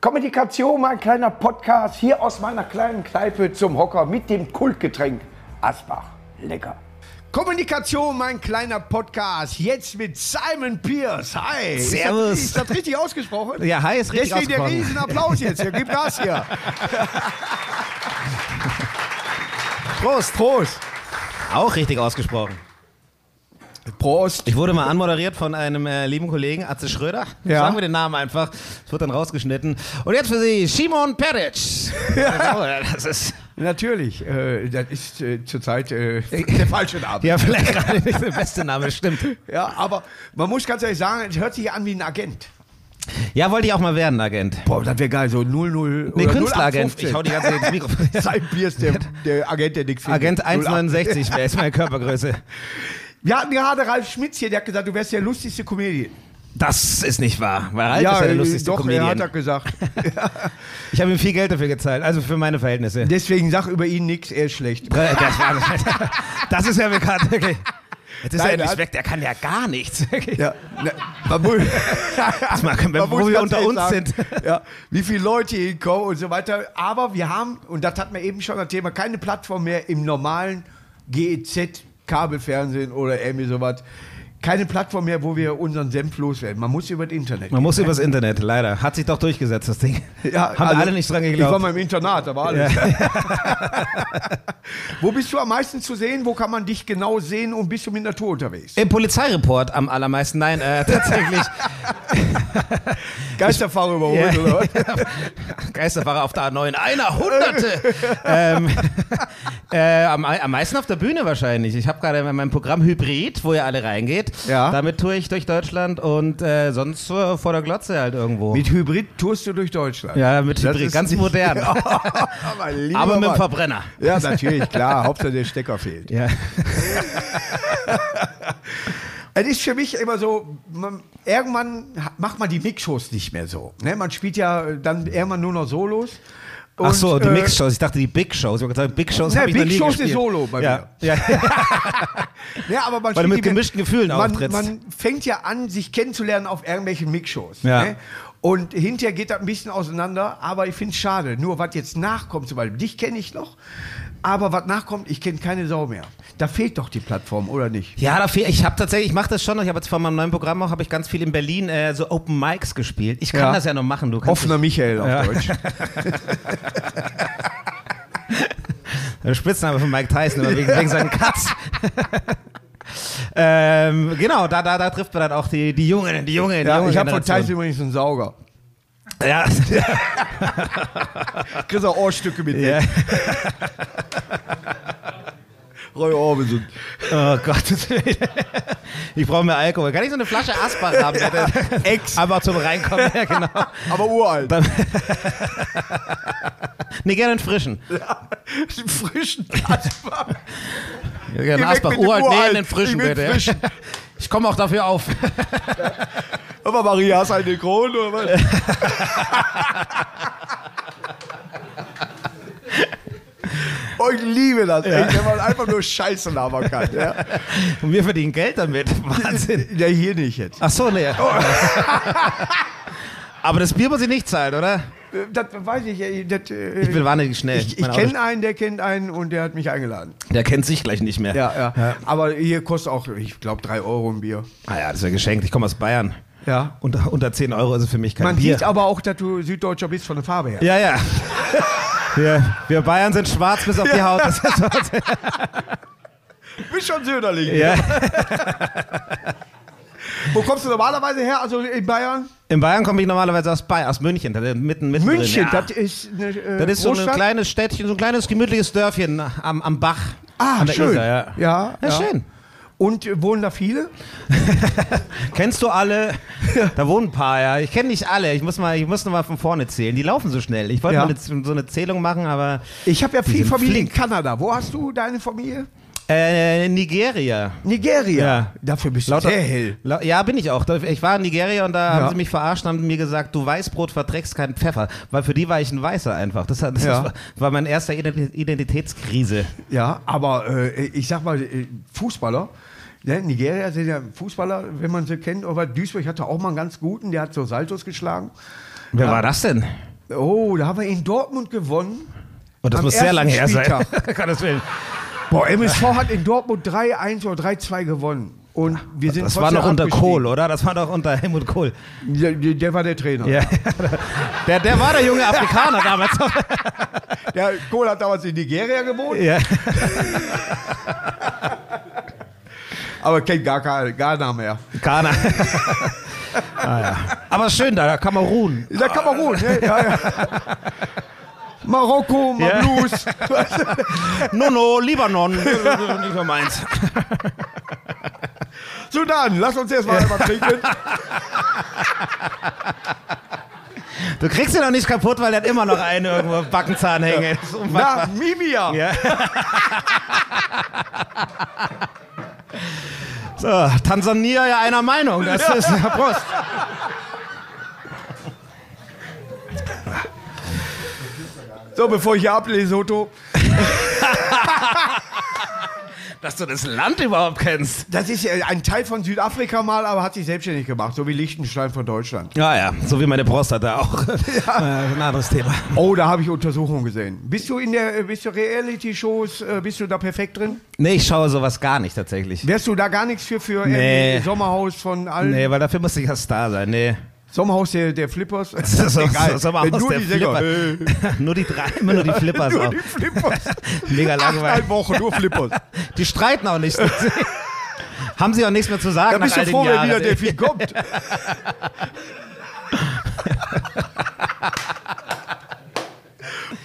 Kommunikation, mein kleiner Podcast hier aus meiner kleinen Kneipe zum Hocker mit dem Kultgetränk Asbach. Lecker. Kommunikation, mein kleiner Podcast, jetzt mit Simon Pierce. Hi. Ist das- Servus. Ist das richtig ausgesprochen? Ja, hi ist richtig Deswegen der ausgesprochen. Riesenapplaus jetzt. Hier, gib Gas hier. Prost, Prost. Auch richtig ausgesprochen. Prost. Ich wurde mal anmoderiert von einem äh, lieben Kollegen, Atze Schröder. Ja. Sagen wir den Namen einfach. Es wird dann rausgeschnitten. Und jetzt für Sie, Simon Peric. Ja. äh, Das ist Natürlich, äh, das ist äh, zurzeit äh, der falsche Name. ja vielleicht gerade nicht der beste Name, stimmt. Ja, aber man muss ganz ehrlich sagen, es hört sich an wie ein Agent. Ja, wollte ich auch mal werden, Agent. Boah, das wäre geil, so 00 Nee, oder Künstleragent. 0815. Ich hau die ganze Zeit ins Mikrofon. Sein Bier ist der, der Agent, der nichts findet. Agent 08. 169 wäre ist meine Körpergröße. Wir hatten gerade Ralf Schmitz hier, der hat gesagt, du wärst der lustigste Comedian. Das ist nicht wahr. Weil Ralf ist ja der äh, lustigste doch, er hat Comedian. das gesagt. Ich habe ihm viel Geld dafür gezahlt, also für meine Verhältnisse. Deswegen sag über ihn nichts, er ist schlecht. Äh, Das, war, das ist ja bekannt, wirklich. Jetzt Nein, ist er der endlich hat- weg, der kann ja gar nichts. wirklich. Ja, ne, man muss, mal, wenn- man wo muss wir ganz unter ehrlich uns sagen, sind. Ja, wie viele Leute hier kommen und so weiter. Aber wir haben, und das hatten wir eben schon das Thema, keine Plattform mehr im normalen GEZ, Kabelfernsehen oder irgendwie sowas. Keine Plattform mehr, wo wir unseren Senf loswerden. Man muss über das Internet. Man muss übers Internet, leider. Hat sich doch durchgesetzt, das Ding. Ja, also Haben wir alle nicht dran Ich war geglaubt. mal im Internat, da war alles. wo bist du am meisten zu sehen? Wo kann man dich genau sehen und bist du mit Natur unterwegs? Im Polizeireport am allermeisten, nein, äh, tatsächlich. Geisterfahrer überholt Ja. oder was? Geisterfahrer auf der A9, einer Hunderte. ähm, äh, am, am meisten auf der Bühne wahrscheinlich. Ich habe gerade mein Programm Hybrid, wo ihr alle reingeht. Ja. Damit tue ich durch Deutschland und äh, sonst äh, vor der Glotze halt irgendwo. Mit Hybrid tourst du durch Deutschland. ja, mit Das Hybrid, ist ganz nicht- modern. Aber, lieber Aber mit dem Mann. Verbrenner. Ja, natürlich, klar. Hauptsache der Stecker fehlt. Ja. Es ist für mich immer so, man, irgendwann ha- macht man die Mixshows nicht mehr so. Ne? Man spielt ja dann irgendwann nur noch Solos. Ach so, Und, die äh, Mix-Shows. Ich dachte, die Big-Shows. Ich wollte sagen, Big-Shows Nee, habe ich noch Big nie Shows ist gespielt. Solo bei ja. Ja. Ja, aber man Weil spielt du mit die- gemischten Gefühlen man, auftrittst. Man fängt ja an, sich kennenzulernen auf irgendwelchen Mixshows. Ja. Ne? Und hinterher geht das ein bisschen auseinander, aber ich finde es schade. Nur was jetzt nachkommt, zum Beispiel, dich kenne ich noch, aber was nachkommt, ich kenne keine Sau mehr. Da fehlt doch die Plattform, oder nicht? Ja, da fehl, ich habe tatsächlich, ich mache das schon noch. Ich habe jetzt vor meinem neuen Programm auch, habe ich ganz viel in Berlin äh, so Open Mics gespielt. Ich kann Ja. das ja noch machen. Du kannst Offener Michael auf Ja. Deutsch. Der äh, Spitzname von Mike Tyson, aber wegen, wegen seinen Cuts. ähm, genau, da, da, da trifft man dann auch die, die Jungen, die Jungen, die Ja, junge ich habe von Generation. Tyson übrigens einen Sauger. Ja, Ich krieg auch Ohrstücke mit. ja. Roy Orbison. Oh Gott. Ich brauche mehr Alkohol. Kann ich so eine Flasche Aspar haben? Ex, Einfach zum Reinkommen, ja genau. aber uralt. Nee, gerne einen frischen. Frischen Kasper. Ja, gerne Geh einen weg Asbach. mit dem Uralt, nee, Uralt. einen frischen Ich will bitte. frischen. Ich komme auch dafür auf. Aber Maria, hast du einen Kron oder was? Oh, ich liebe das, ey, wenn man einfach nur Scheiße labern kann. Ja, Und wir verdienen Geld damit. Wahnsinn. ja hier nicht jetzt. Ach so, nee. Oh. Aber das Bier muss ich nicht zahlen, oder? Äh, Das weiß ich. ey, Das, äh, Ich bin wahnsinnig schnell. ich, ich Mein Auto- kenne einen, der kennt einen und der hat mich eingeladen. Der kennt sich gleich nicht mehr. Ja, ja. Aber hier kostet auch, ich glaube, drei Euro ein Bier. Ah ja, das ist ja geschenkt. Ich komme aus Bayern. Ja. Unter, unter 10 Euro ist es für mich kein Man Bier. sieht aber auch, dass du Süddeutscher bist von der Farbe her. ja, ja. Wir, wir Bayern sind schwarz bis auf die Haut. Das ist was. Du bist schon Söderling. ja. Wo kommst du normalerweise her? Also in Bayern? In Bayern komme ich normalerweise aus Bayern, aus München. Da, mitten, mitten München, ja. das ist eine äh, Das ist so ein Großstadt? kleines Städtchen, so ein kleines gemütliches Dörfchen am, am Bach. Ah, an der schön. Isar, ja. Ja, Ja, ja. schön. Und äh, wohnen da viele? Kennst du alle? Da wohnen ein paar, ja. Ich kenne nicht alle. Ich muss mal, ich muss noch mal von vorne zählen. Die laufen so schnell. Ich wollte Ja. mal eine, so eine Zählung machen, aber Ich habe ja viel sind Familie in flink. Kanada. Wo hast du deine Familie? äh, Nigeria. Nigeria. Ja. Dafür bist du Lauter- sehr hell. La- Ja, bin ich auch. Da- Ich war in Nigeria und da Ja. haben sie mich verarscht und haben mir gesagt, du Weißbrot verträgst keinen Pfeffer. Weil für die war ich ein Weißer einfach. Das, hat- das Ja. war, war mein erster Ident- Identitätskrise. Ja, aber äh, ich sag mal, äh, Fußballer. Ne, Nigeria sind ja Fußballer, wenn man sie kennt. Aber Duisburg hatte auch mal einen ganz guten, der hat so Saltos geschlagen. Wer war das denn? Oh, da haben wir in Dortmund gewonnen. Und Oh, das Am muss sehr ersten lange her sein. Um Spieltag. Gottes Willen. Boah, MSV hat in Dortmund 3-1 oder 3-2 gewonnen. Und wir sind Das war noch trotzdem unter abgestiegen. Kohl, oder? Das war noch unter Helmut Kohl. Der, der- der war der Trainer. Ja. Der, der war der junge Afrikaner damals. Der Kohl hat damals in Nigeria gewohnt. Ja. Aber kennt gar keinen gar keinen Namen mehr. Kana. ah, ja. Ah, Aber schön da, Kamerun. Ist ja Kamerun, ne? Ja, ja. Marokko, Ja. Mablus. Nono, Libanon. Nicht mehr meins. Sudan, lass uns erstmal einmal trinken. Du kriegst ihn noch nicht kaputt, weil der hat immer noch einen irgendwo im Backenzahn hängen. Das ist unfassbar. Namibia. Ja. So, Tansania ja einer Meinung. Das ist Prost. So, bevor ich hier ablese, Otto. Dass du das Land überhaupt kennst. Das ist ja ein Teil von Südafrika mal, aber hat sich selbstständig gemacht, so wie Liechtenstein von Deutschland. Ja, ja, so wie meine Prostata auch. Ja. Ein anderes Thema. Oh, da habe ich Untersuchungen gesehen. Bist du in der, äh, bist du Reality-Shows, äh, bist du da perfekt drin? Nee, ich schaue sowas gar nicht tatsächlich. Wärst du da gar nichts für, für Nee. irgendwie Sommerhaus von allen? Nee, weil dafür muss ich ja Star sein. Nee. Sommerhaus der, der Flippers? So, so, so, so mal Wenn aus nur der die Sänger, Flipper. äh, Nur die drei, immer nur die Flippers nur auch. die Flippers. Mega langweilig. Achteinhalb Wochen, nur Flippers. Die streiten auch nicht. Haben sie auch nichts mehr zu sagen. Da bist nach du froh, all den wenn Jahren. wieder Delphi kommt.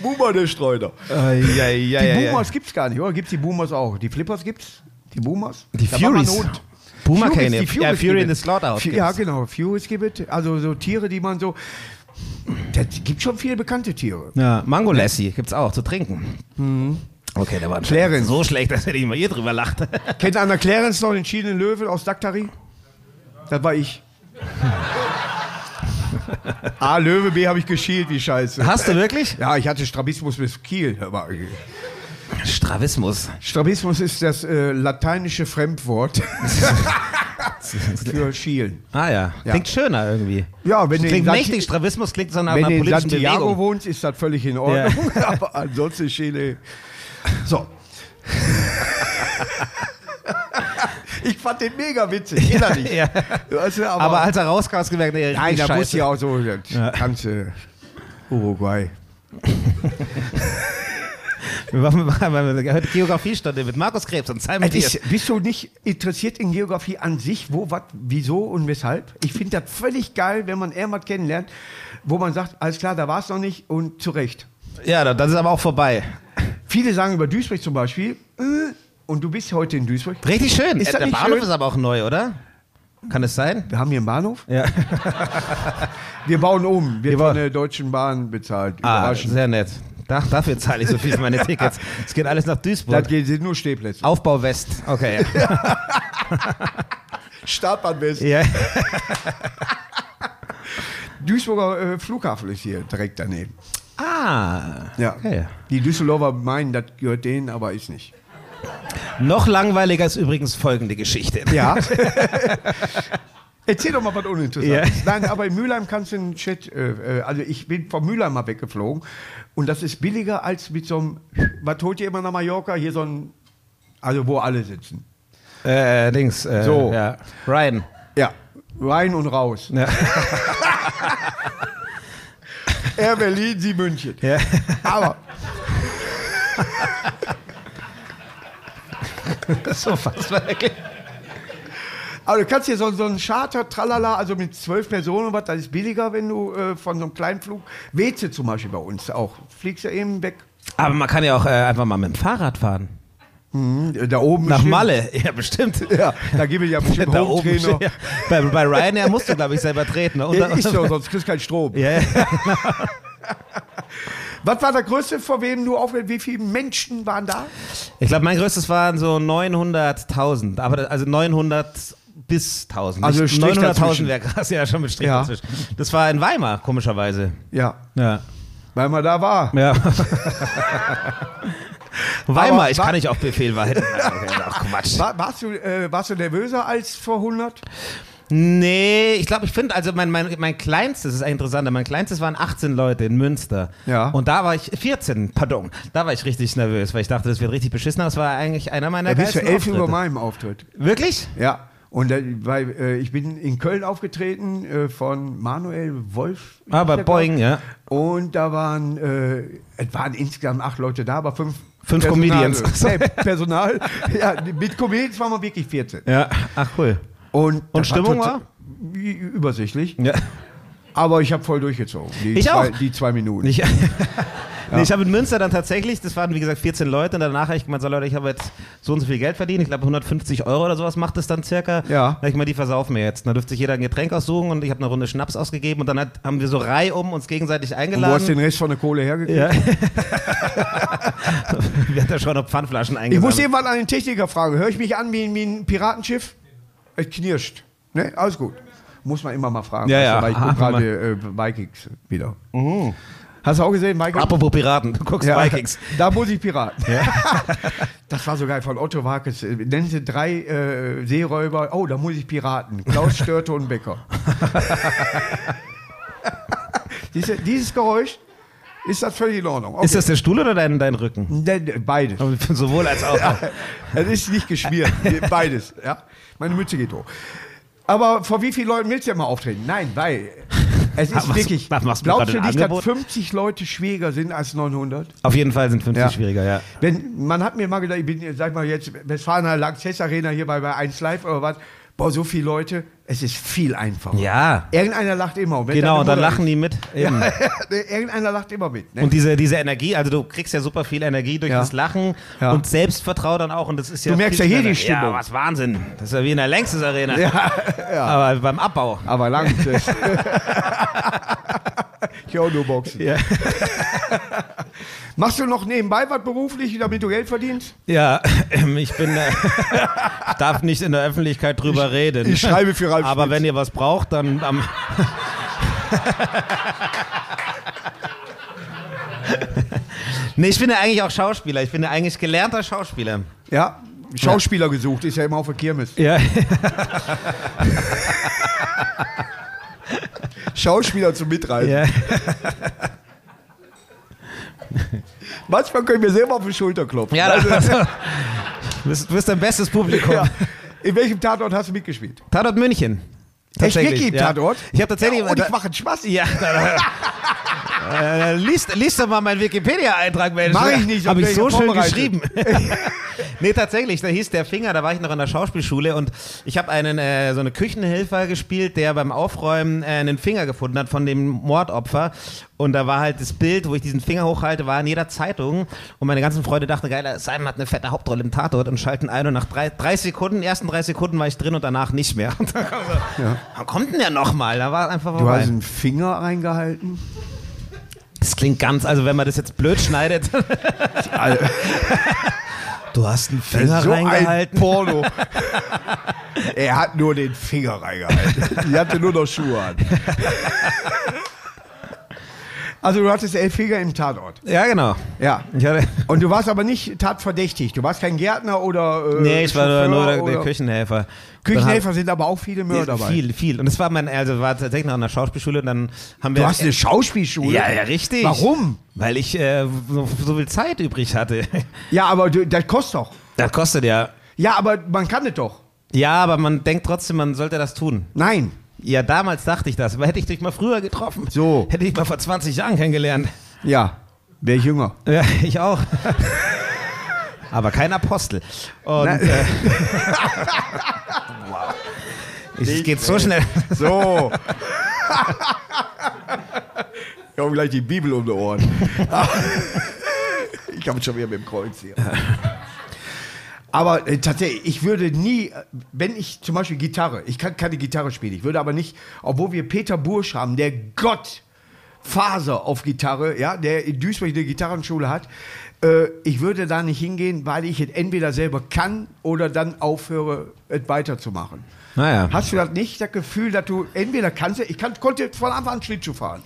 Boomer der Streuner. Ei, ei, ei, Die ei, ei. Boomers gibt's gar nicht, oder? Gibt's die Boomers auch? Die Flippers gibt's? Die Boomers? Die Da war mal ein Furies. Hund. Boomer Furies, kenne die ich. Ja, Furies Fury in gibt the es. Slaughterhouse. Fu- gibt's. Ja, genau. Furies gibt es. Also so Tiere, die man so. Das gibt schon viele bekannte Tiere. Ja, Mango Lassi gibt's auch zu trinken. Mhm. Okay, der war Clarence. so schlecht, dass er nicht mal hier drüber lachte. Kennt einer Clarence noch den schiedenen Löwen aus Daktari? Das war ich. A, Löwe, B habe ich geschielt, wie scheiße. Hast du wirklich? Ja, ich hatte Strabismus bis Kiel. Aber Stravismus. Strabismus ist das äh, lateinische Fremdwort für Schielen. Ah ja. Ja. klingt schöner irgendwie. Ja, wenn du in Klingt Santi- mächtig, Stravismus klingt so nach Wenn einer du in politischen Santiago Bewegung. wohnst, ist das völlig in Ordnung. Aber ansonsten Chile. So. ich fand den mega witzig, innerlich. Ja. Weißt du, aber, Aber als er rauskam, hast du gemerkt, nee, nein, da richtig muss scheiße. ich auch so das ganze Uruguay. Wir machen wir machen heute Geografiestunde mit Markus Krebs und Simon Es Diaz. ist, bist du nicht interessiert in Geografie an sich, wo, was, wieso und weshalb? Ich finde das völlig geil, wenn man irgendwas kennenlernt, wo man sagt, alles klar, da war es noch nicht und zu Recht. Ja, da- das ist aber auch vorbei. Viele sagen über Duisburg zum Beispiel, äh, und du bist heute in Duisburg. Richtig schön. Ist das Äh, Der nicht Bahnhof schön? ist aber auch neu, oder? Kann es sein? Wir haben hier einen Bahnhof. Ja. Wir bauen um. Wird Wir von bauen- der Deutschen Bahn bezahlt. Ah, Überraschend. sehr nett. Da, dafür zahle ich so viel für meine Tickets. Es geht alles nach Da Duisburg. sind nur Stehplätze. Aufbau West. Okay. Startbahn West. Ja. Duisburger äh, Flughafen ist hier direkt daneben. Ah. Ja. Okay. Die Düsseldorfer meinen, das gehört denen, aber ist nicht. Noch langweiliger ist übrigens folgende Geschichte. Ja. Erzähl doch mal was Uninteressantes. Nein, aber in Mülheim kannst du einen Chat. Äh, äh, also, ich bin von Mülheim mal weggeflogen. Und das ist billiger als mit so einem. Was holt ihr immer nach Mallorca? Hier so ein. Also, wo alle sitzen. Äh, Dings. Äh, So. Ja. Ryan. Ja. Rein und raus. Ja. Er Berlin, sie München. Ja. Aber Das ist unfassbar. Aber du kannst hier so, so einen Charter, tralala, also mit zwölf Personen und was, das ist billiger, wenn du äh, von so einem kleinen Flug, Weze zum Beispiel bei uns auch, fliegst ja eben weg. Aber man kann ja auch äh, einfach mal mit dem Fahrrad fahren. Hm, Da oben. Nach bestimmt. Malle. Ja, bestimmt. Ja, da gibt es ja bestimmt Da oben Home-Trainer. steht, ja. bei, bei Ryanair musst du, glaube ich, selber treten. ne? Und, Ja, ist so, sonst kriegst du keinen Strom. ja, ja. Was war der größte, vor wem du aufgeregt Wie viele Menschen waren da? Ich glaube, mein größtes waren so 900.000. Aber das- also 900 bis 1000. Also Nicht- Strich 900.000 dazwischen. wäre krass, ja, schon mit Strich Ja. dazwischen. Das war in Weimar, komischerweise. Ja, Ja. weil man da war. ja. Weimar, Aber ich wa- kann nicht auf Befehl weiter. Ach, Quatsch. war warst, du, äh, warst du nervöser als vor 100? Nee, ich glaube, ich finde, also mein, mein, mein kleinstes ist eigentlich interessanter. Mein kleinstes waren 18 Leute in Münster. Ja. Und da war ich 14, pardon. Da war ich richtig nervös, weil ich dachte, das wird richtig beschissen. Das war eigentlich einer meiner Da bist du geilsten elf über Auftritte. meinem Auftritt. Wirklich? Ja. Und da, bei, äh, ich bin in Köln aufgetreten äh, von Manuel Wolf. Ah, bei Ja, Boeing, ja. Und da waren, äh, es waren insgesamt acht Leute da, aber fünf. Fünf Comedians. Nee, Personal. ja, mit Comedians waren wir wirklich 14. Ja, ach cool. Und, das war Stimmung total- war? Übersichtlich. Ja. Aber ich habe voll durchgezogen. Die Ich zwei, auch. Die zwei Minuten. Ich, nee, ich habe in Münster dann tatsächlich, das waren wie gesagt 14 Leute und danach habe ich gemeint, so Leute, ich habe jetzt so und so viel Geld verdient, ich glaube 150 Euro oder sowas macht es dann circa. Ja. Da hab ich mal die versaufen mir jetzt. Da dürfte sich jeder ein Getränk aussuchen und ich habe eine Runde Schnaps ausgegeben und dann hat, haben wir so Reihe um uns gegenseitig Und wo hast du eingeladen. den Rest von der Kohle hergekriegt? ja. wir hatten ja schon noch Pfandflaschen Ich muss eingesammelt. irgendwann einen Techniker fragen. Höre ich mich an wie, ein- wie ein Piratenschiff? Es knirscht. Ne? Alles gut. Muss man immer mal fragen. Ja, weißt du, ja. Weil ich Ah, gucke gerade äh, Vikings wieder. Hast du auch gesehen, Vikings? Apropos Piraten, du guckst Ja, Vikings. Da muss ich Piraten. Das war so geil von Otto Warkes. Äh, Nennen Sie drei äh, Seeräuber. Oh, da muss ich Piraten. Klaus Störte und Becker. Diese, dieses Geräusch, ist das völlig in Ordnung? Ist das der Stuhl oder dein, dein Rücken? Denn- äh, Beides. Sowohl als auch. Es ist nicht geschmiert. Beides. Ja? Meine Mütze geht hoch. Aber vor wie vielen Leuten willst du denn mal auftreten? Nein, weil es ist Was- wirklich. was machst du glaubst gerade du ein nicht, dass Angebot? 50 Leute schwieriger sind als 900? Auf jeden Fall sind 50 Ja. schwieriger, ja. Wenn, man hat mir mal gedacht, ich bin, sag mal jetzt, Westfalener Lanxess Arena hier bei, bei 1 Live oder was. Boah, so viele Leute, es ist viel einfacher. Ja, Irgendeiner lacht immer. Und wenn genau, und deine dann Mutter lachen die mit. Eben. ist- Irgendeiner lacht immer mit. Ne? Und diese, diese Energie, also du kriegst ja super viel Energie durch Ja. das Lachen Ja. und Selbstvertrauen dann auch. Und das ist ja Du merkst viel ja hier die schneller. Stimmung. Ja, was Wahnsinn. Das ist ja wie in der Längstes Arena. ja, ja. Aber beim Abbau. Aber Lanxess. ich auch nur Boxen. Ja. Machst du noch nebenbei was beruflich, damit du Geld verdienst? Ja, ähm, ich bin. Äh, ich darf nicht in der Öffentlichkeit drüber reden. ich schreibe für Ralf Aber Schmitz. wenn ihr was braucht, dann. Am nee, ich bin ja eigentlich auch Schauspieler. Ich bin ja eigentlich gelernter Schauspieler. Ja. Schauspieler gesucht, ist ja immer auf der Kirmes. Ja. Schauspieler zum Mitreisen. ja. Manchmal können wir selber auf die Schulter klopfen. Ja, also, du, bist, du bist dein bestes Publikum. Ja. In welchem Tatort hast du mitgespielt? Tatort München. Tatsächlich, wirklich im ja. Tatort? Ich habe tatsächlich. Ja, oh, und ich da, mache einen Spaß. ja, da, da, äh, liest, liest doch mal meinen Wikipedia-Eintrag, Mensch. Mach ich nicht, hab Habe ich ich so ja schön vorbereitet. geschrieben. nee, tatsächlich, da hieß der Finger, da war ich noch in der Schauspielschule und ich habe einen äh, so eine Küchenhelfer gespielt, der beim Aufräumen äh, einen Finger gefunden hat von dem Mordopfer und da war halt das Bild, wo ich diesen Finger hochhalte, war in jeder Zeitung und meine ganzen Freunde dachten, geiler, Simon hat eine fette Hauptrolle im Tatort und schalten ein und nach drei, drei Sekunden, ersten drei Sekunden war ich drin und danach nicht mehr. Und dann kommt, so, wann kommt denn der nochmal? Da war einfach Du hast vorbei. einen Finger reingehalten. Das klingt ganz, also wenn man das jetzt blöd schneidet. du hast einen Finger so ein reingehalten. Porno. er hat nur den Finger reingehalten. Sie hatte nur noch Schuhe an. Also du hattest elf Finger im Tatort. Ja, genau. Ja. Ich hatte, Und du warst aber nicht tatverdächtig. Du warst kein Gärtner oder. Äh, nee, ich war Chauffeur nur, nur der, der oder- Küchenhelfer. Und Küchenhelfer sind aber auch viele dann Mörder haben- dabei. Viel, viel. Und das war mein, also war tatsächlich noch an der Schauspielschule und dann haben wir. Du hast eine Schauspielschule. ja, ja, richtig. Warum? Weil ich äh, so, so viel Zeit übrig hatte. Ja, aber du, das kostet doch. Das kostet ja. Ja, aber man kann es doch. Ja, aber man denkt trotzdem, man sollte das tun. Nein. Ja, damals dachte ich das. Aber hätte ich dich mal früher getroffen. So. Hätte ich mal vor 20 Jahren kennengelernt. Ja, wäre ich jünger. Ja, ich auch. Aber kein Apostel. Und Na- äh, es geht so schnell. So. Wir haben gleich die Bibel um die Ohren. ich habe schon wieder mit dem Kreuz hier. Aber äh, tatsächlich, ich würde nie, äh, wenn ich zum Beispiel Gitarre, ich kann keine Gitarre spielen, ich würde aber nicht, obwohl wir Peter Bursch haben, der Gott Faser auf Gitarre, ja, der in Duisburg eine Gitarrenschule hat, äh, ich würde da nicht hingehen, weil ich es entweder selber kann oder dann aufhöre, es weiterzumachen. Naja. Hast du das nicht, das Gefühl, dass du entweder kannst, ich kann, konnte von Anfang an Schlittschuh fahren.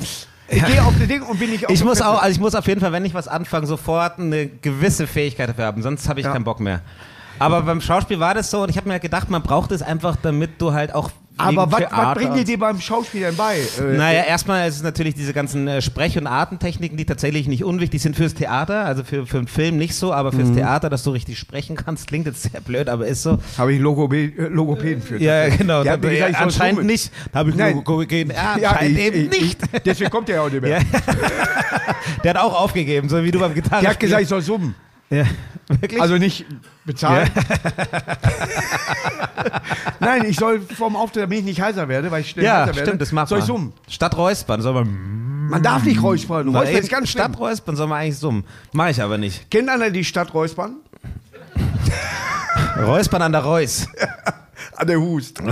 Ich gehe auf das Ding und bin nicht auf Ich der muss Piste. auch, also ich muss auf jeden Fall, wenn ich was anfange, sofort eine gewisse Fähigkeit dafür haben, sonst habe ich Ja. keinen Bock mehr. Aber beim Schauspiel war das so und ich habe mir gedacht, man braucht es einfach, damit du halt auch Aber was, was Theater bringen die und- dir beim Schauspielern bei? Äh, Naja, erstmal ist es natürlich diese ganzen äh, Sprech- und Atemtechniken, die tatsächlich nicht unwichtig sind fürs Theater, also für, für den Film nicht so, aber Mhm. fürs Theater, dass du richtig sprechen kannst, klingt jetzt sehr blöd, aber ist so. Habe ich einen Logobe- äh, Logopäden für. Ja, genau. Die hat mir da- gesagt, ich soll anscheinend schummeln. nicht. Da habe ich Nein. nur geguckt, gehen. Ja, Ja, anscheinend ich- eben ich- nicht. Ich, deswegen kommt der ja auch nicht mehr. Ja. Der hat auch aufgegeben, so wie du beim Gitarre. Der hat gesagt, ich soll summen. ja, wirklich? Also nicht bezahlen. Nein, ich soll vorm Auftritt, damit ich nicht heiser werde, weil ich schnell ja, heiser werde. stimmt, das macht Soll man. Mhm. ich summen? Statt Räuspern soll man. Man darf nicht räuspern. Räuspern ist ganz schlimm. Statt Räuspern soll man eigentlich summen. Mache ich aber nicht. Kennt einer die Stadt Räuspern? Räuspern an der Reus. An der Hust.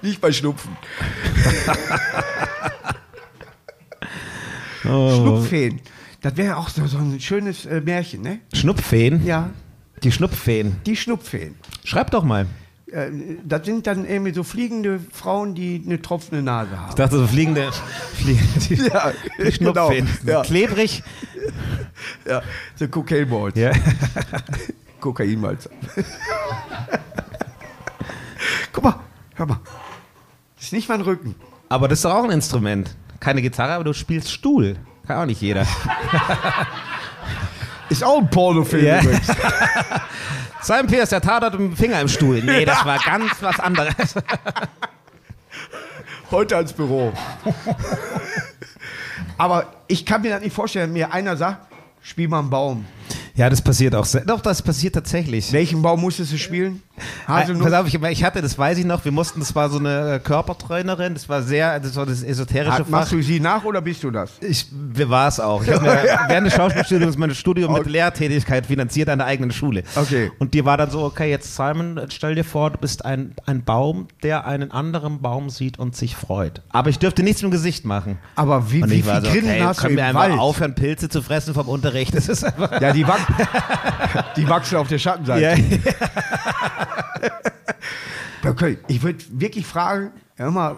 nicht bei Schnupfen. Schnupffeen. Das wäre auch so, so ein schönes äh, Märchen, ne? Schnupffeen? Ja, Die Schnupffeen. die Schnupffeen. Schreib doch mal. Äh, das sind dann irgendwie so fliegende Frauen, die eine tropfende Nase haben. Ich dachte, so fliegende, fliegende die, Ja, die Schnupffeen. genau, ja. Klebrig. Ja, so Cocaine Balls. Ja. Kokainmalz. Guck mal, hör mal. Das ist nicht mein Rücken. Aber das ist doch auch ein Instrument. Keine Gitarre, aber du spielst Stuhl. Kann auch nicht jeder. Ist auch ein Pornofilm Ja. übrigens. Simon Pierce, der Tatort mit dem Finger im Stuhl. Nee, das war ganz was anderes. Heute ans Büro. Aber ich kann mir das nicht vorstellen, wenn mir einer sagt, spiel mal einen Baum. Ja, das passiert auch. sehr- Doch, das passiert tatsächlich. Welchen Baum musstest du spielen? Äh, Pass Haselnuss? auf, ich, ich hatte, das weiß ich noch, wir mussten, das war so eine äh, Körpertrainerin, das war sehr, das war das esoterische Hat, machst Fach. du sie nach oder bist du das? Ich war es auch. Ich hab mir, während des Schauspielstudiums mein Studium mit Okay. Lehrtätigkeit finanziert an der eigenen Schule. Okay. Und die war dann so, okay, jetzt Simon, stell dir vor, du bist ein, ein Baum, der einen anderen Baum sieht und sich freut. Aber ich dürfte nichts im Gesicht machen. Aber wie, Und wie ich war viel so, Grillen okay, hast du können im wir einfach Wald? aufhören, Pilze zu fressen vom Unterricht? Das ist einfach... Ja, die, wach- die wachsen auf der Schattenseite. Ja. Okay, ich würde wirklich fragen, hör mal,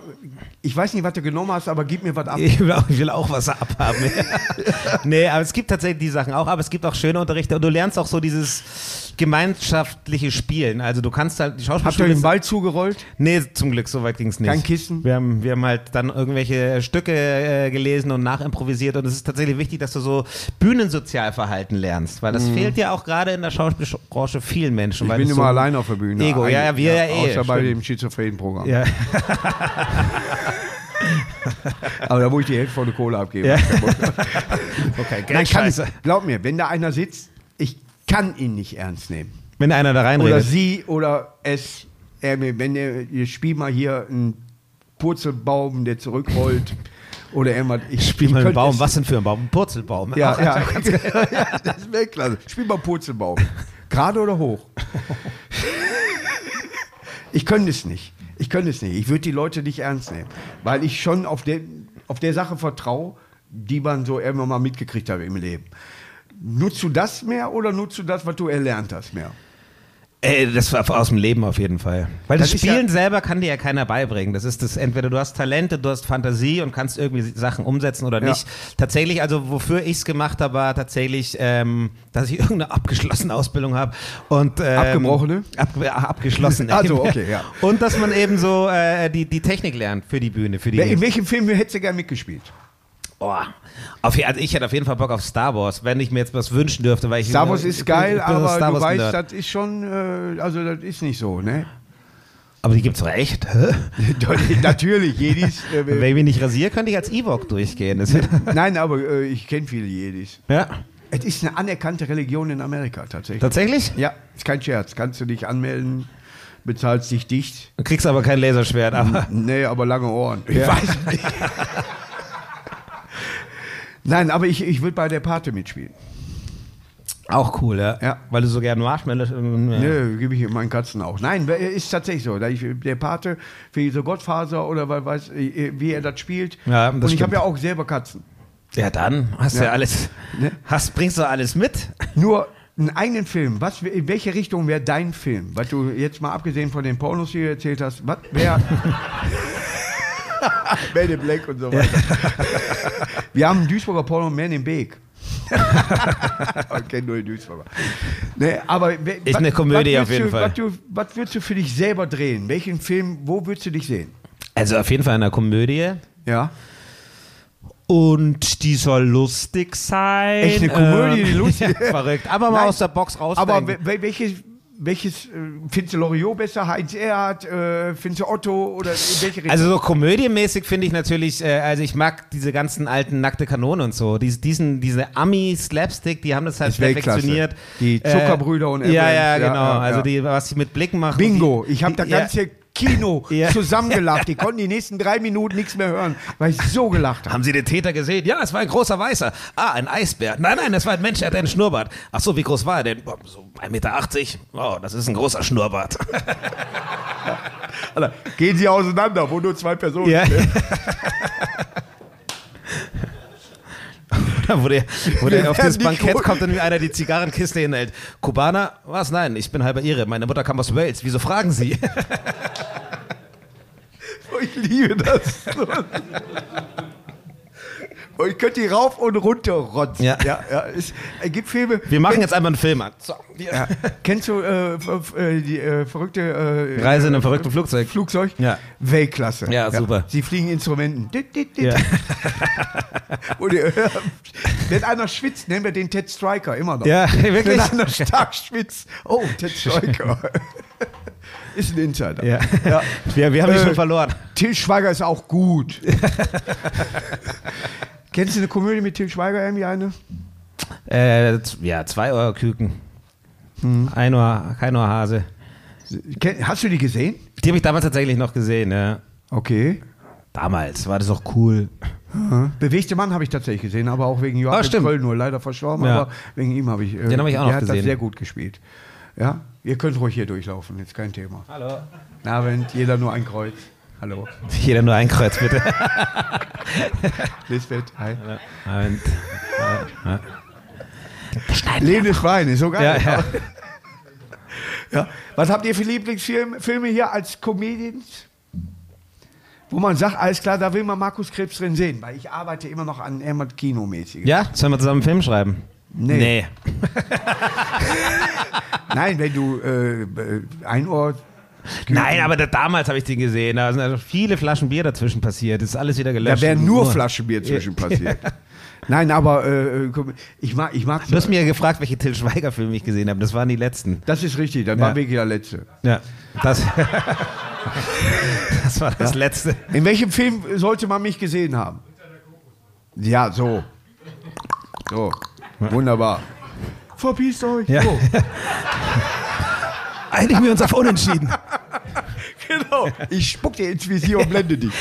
ich weiß nicht, was du genommen hast, aber gib mir was ab. Ich will, auch, ich will auch was abhaben. nee, aber es gibt tatsächlich die Sachen auch, aber es gibt auch schöne Unterrichte und du lernst auch so dieses gemeinschaftliche Spielen. Also du kannst halt die Habt ihr Schauspielschule. den Ball zugerollt? nee, zum Glück, so weit ging es nicht. Kein Kissen? Wir haben, wir haben halt dann irgendwelche Stücke äh, gelesen und nachimprovisiert und es ist tatsächlich wichtig, dass du so Bühnensozialverhalten lernst, weil das fehlt ja auch gerade in der Schauspielbranche vielen Menschen. weil Mhm. ich bin das immer so, allein auf der Bühne. Ego, ja, ja, wir ja eh, Außer bei stimmt. dem Schizophrenen-Programm. Ja. Aber da muss ich die Hälfte von der Kohle abgeben. Ja. Okay, Nein, Geld, kann, Scheiße. glaub mir, wenn da einer sitzt, ich kann ihn nicht ernst nehmen. Wenn einer da Oder reinredet. sie oder es. Er mir, wenn ihr, ihr spielt mal hier einen Purzelbaum, der zurückrollt. Oder irgendwas. Ich Spiel ich mal einen könnte Baum. es- Was denn für ein Baum? Ein Purzelbaum. Ja, Auch ja. ja, das ist Weltklasse. Spiel mal Purzelbaum. Gerade oder hoch? Ich könnte es nicht. Ich könnte es nicht. Ich würde die Leute nicht ernst nehmen. Weil ich schon auf der, auf der Sache vertraue, die man so irgendwann mal mitgekriegt hat im Leben. Nutzt du das mehr oder nutzt du das, was du erlernt hast, mehr? Ey, Äh, das war aus dem Leben auf jeden Fall. Weil das, Das ist Spielen ja- selber kann dir ja keiner beibringen. Das ist das, entweder du hast Talente, du hast Fantasie und kannst irgendwie Sachen umsetzen oder Ja. nicht. Tatsächlich, also wofür ich es gemacht habe, war tatsächlich, ähm, dass ich irgendeine abgeschlossene Ausbildung habe. und ähm, Abgebrochene? Ab, abgeschlossen. Also, okay, ja. Und dass man eben so äh, die, die Technik lernt für die Bühne, für die Wer- In welchem Film hättest du gern mitgespielt? Oh, auf, je- also ich hätte auf jeden Fall Bock auf Star Wars, wenn ich mir jetzt was wünschen dürfte. Weil ich, Star Wars ich ist bin- geil, ich bin so aber Star du Wars weißt, Nerd. das ist schon, äh, also das ist nicht so, ne? aber die gibt's doch echt. Hä? Natürlich, Jedis. Wenn Äh, ich mich nicht rasiere, könnte ich als Ewok durchgehen. Das nein, aber äh, ich kenne viele Jedis. ja. Es ist eine anerkannte Religion in Amerika tatsächlich. Tatsächlich? ja, ist kein Scherz. Kannst du dich anmelden, bezahlst dich dicht. Du kriegst aber kein Laserschwert. Aber Nee, aber lange Ohren. Ich weiß nicht. Nein, aber ich, ich würde bei der Pate mitspielen. auch cool, ja. Ja. Weil du so gerne Marshmallows. ähm, ja. Nö, gebe ich meinen Katzen auch. Nein, äh, ist tatsächlich so. Da ich, der Pate, wie so Gottfaser oder weil- weiß, äh, wie er das spielt. Ja, das Und ich habe stimmt. ja auch selber Katzen. Ja, dann hast du ja Ja. alles. Ne? Hast, bringst du alles mit? Nur einen eigenen Film. Was, in welche Richtung wäre dein Film? Was du jetzt mal abgesehen von den Pornos, die du erzählt hast, was wäre. Man in Black und so weiter. Wir haben einen Duisburger Porno Man in Big. Ich kenne nur den Duisburger. Nee, aber we- Ist wat- eine Komödie wat auf jeden würdest Fall. du, Was, du, was würdest du für dich selber drehen? Welchen Film, wo würdest du dich sehen? Also auf jeden Fall eine Komödie. Ja. Und die soll lustig sein. Äh, Echt eine Komödie, die lustig- ja, verrückt. Aber mal Nein, aus der Box rausdenken. Aber we- we- welches, welches äh, findest du Loriot besser, Heinz Erhardt, äh, findest du Otto oder in welche Richtung? Also so komödienmäßig finde ich natürlich, äh, also ich mag diese ganzen alten nackte Kanonen und so. Diese, diesen, diese Ami-Slapstick, die haben das halt Ist Weltklasse. perfektioniert. Äh, Die Zuckerbrüder und Ja, Abrams, ja, ja, genau. ja, ja. Also die, was sie mit Blicken machen. Bingo, Die- ich habe das die- ja. ganze Kino Ja. zusammengelacht. Die konnten die nächsten drei Minuten nichts mehr hören, weil ich so gelacht habe. Haben Sie den Täter gesehen? Ja, es war ein großer Weißer. Ah, ein Eisbär. Nein, nein, das war ein Mensch, der hat einen Schnurrbart. Ach so, wie groß war er denn? Boah, So 1,80 Meter. Wow, das ist ein großer Schnurrbart. Alter, gehen Sie auseinander, wo nur zwei Personen Ja. sind. Oder wo der, wo Wir der auf werden dieses nicht Bankett ruhig. kommt und mir einer die Zigarrenkiste hinhält. Kubaner? Was? Nein, ich bin halber Ihre. Meine Mutter kam aus Wales. Wieso fragen Sie? Oh, Ich liebe das. Und ich könnte die rauf und runter rotzen. Ja. Ja, ja, es es gibt Filme. Wir machen jetzt einfach einen Film an. So, Ja. Kennst du äh, f- f- äh, die äh, verrückte äh, Reise in einem verrückten Flugzeug. Flugzeug? Ja. Weltklasse. Ja, super. Sie fliegen Instrumenten. Dit, dit, dit. Ja. Und, äh, wenn einer schwitzt, nennen wir den Ted Striker immer noch. ja, Wenn wirklich? einer stark schwitzt. Oh, Ted Striker. Ist ein Insider. Ja. Wir, wir haben die Äh, schon verloren. Till Schweiger ist auch gut. Kennst du eine Komödie mit Till Schweiger irgendwie eine? Äh, z- ja, zwei Euro Küken. Ein Ohr, kein Ohr Hase. Kenn, hast du die gesehen? Die habe ich damals tatsächlich noch gesehen. Ja. Okay. Damals war das auch cool. Bewegte Mann habe ich tatsächlich gesehen, aber auch wegen Joachim stimmt. Köln nur leider verstorben, Ja. aber wegen ihm habe ich. äh, Den habe ich auch noch der hat das gesehen. sehr gut gespielt. Ja, ihr könnt ruhig hier durchlaufen, jetzt kein Thema. Hallo. Guten Abend, jeder nur ein Kreuz. Hallo. Jeder nur ein Kreuz, bitte. Lisbeth, hi. Und, Lebendes Schwein, ist so ja, geil. ja. Ja. Was habt ihr für Lieblingsfilme Filme hier als Comedians? Wo man sagt, alles klar, da will man Markus Krebs drin sehen, weil ich arbeite immer noch an irgendwas Kinomäßiges. ja, sollen wir zusammen einen Film schreiben? Nee. nee. Nein, wenn du äh, äh, ein Ohr. Nein, aber da, damals habe ich den gesehen. Da sind also viele Flaschen Bier dazwischen passiert. Das ist alles wieder gelöscht. Da wären nur Oh. Flaschenbier zwischen passiert. Nein, aber äh, komm, ich mag, ich mag Du hast mir ja gefragt, welche Till Schweiger-Filme ich gesehen habe. Das waren die letzten. Das ist richtig, dann Ja. war wirklich der Letzte. Ja. Das, das war das letzte. In welchem Film sollte man mich gesehen haben? Ja, so. So. Wunderbar. Verpisst euch. Ja. So. Einigen wir uns auf Unentschieden. Genau. Ich spuck dir ins Visier und blende dich.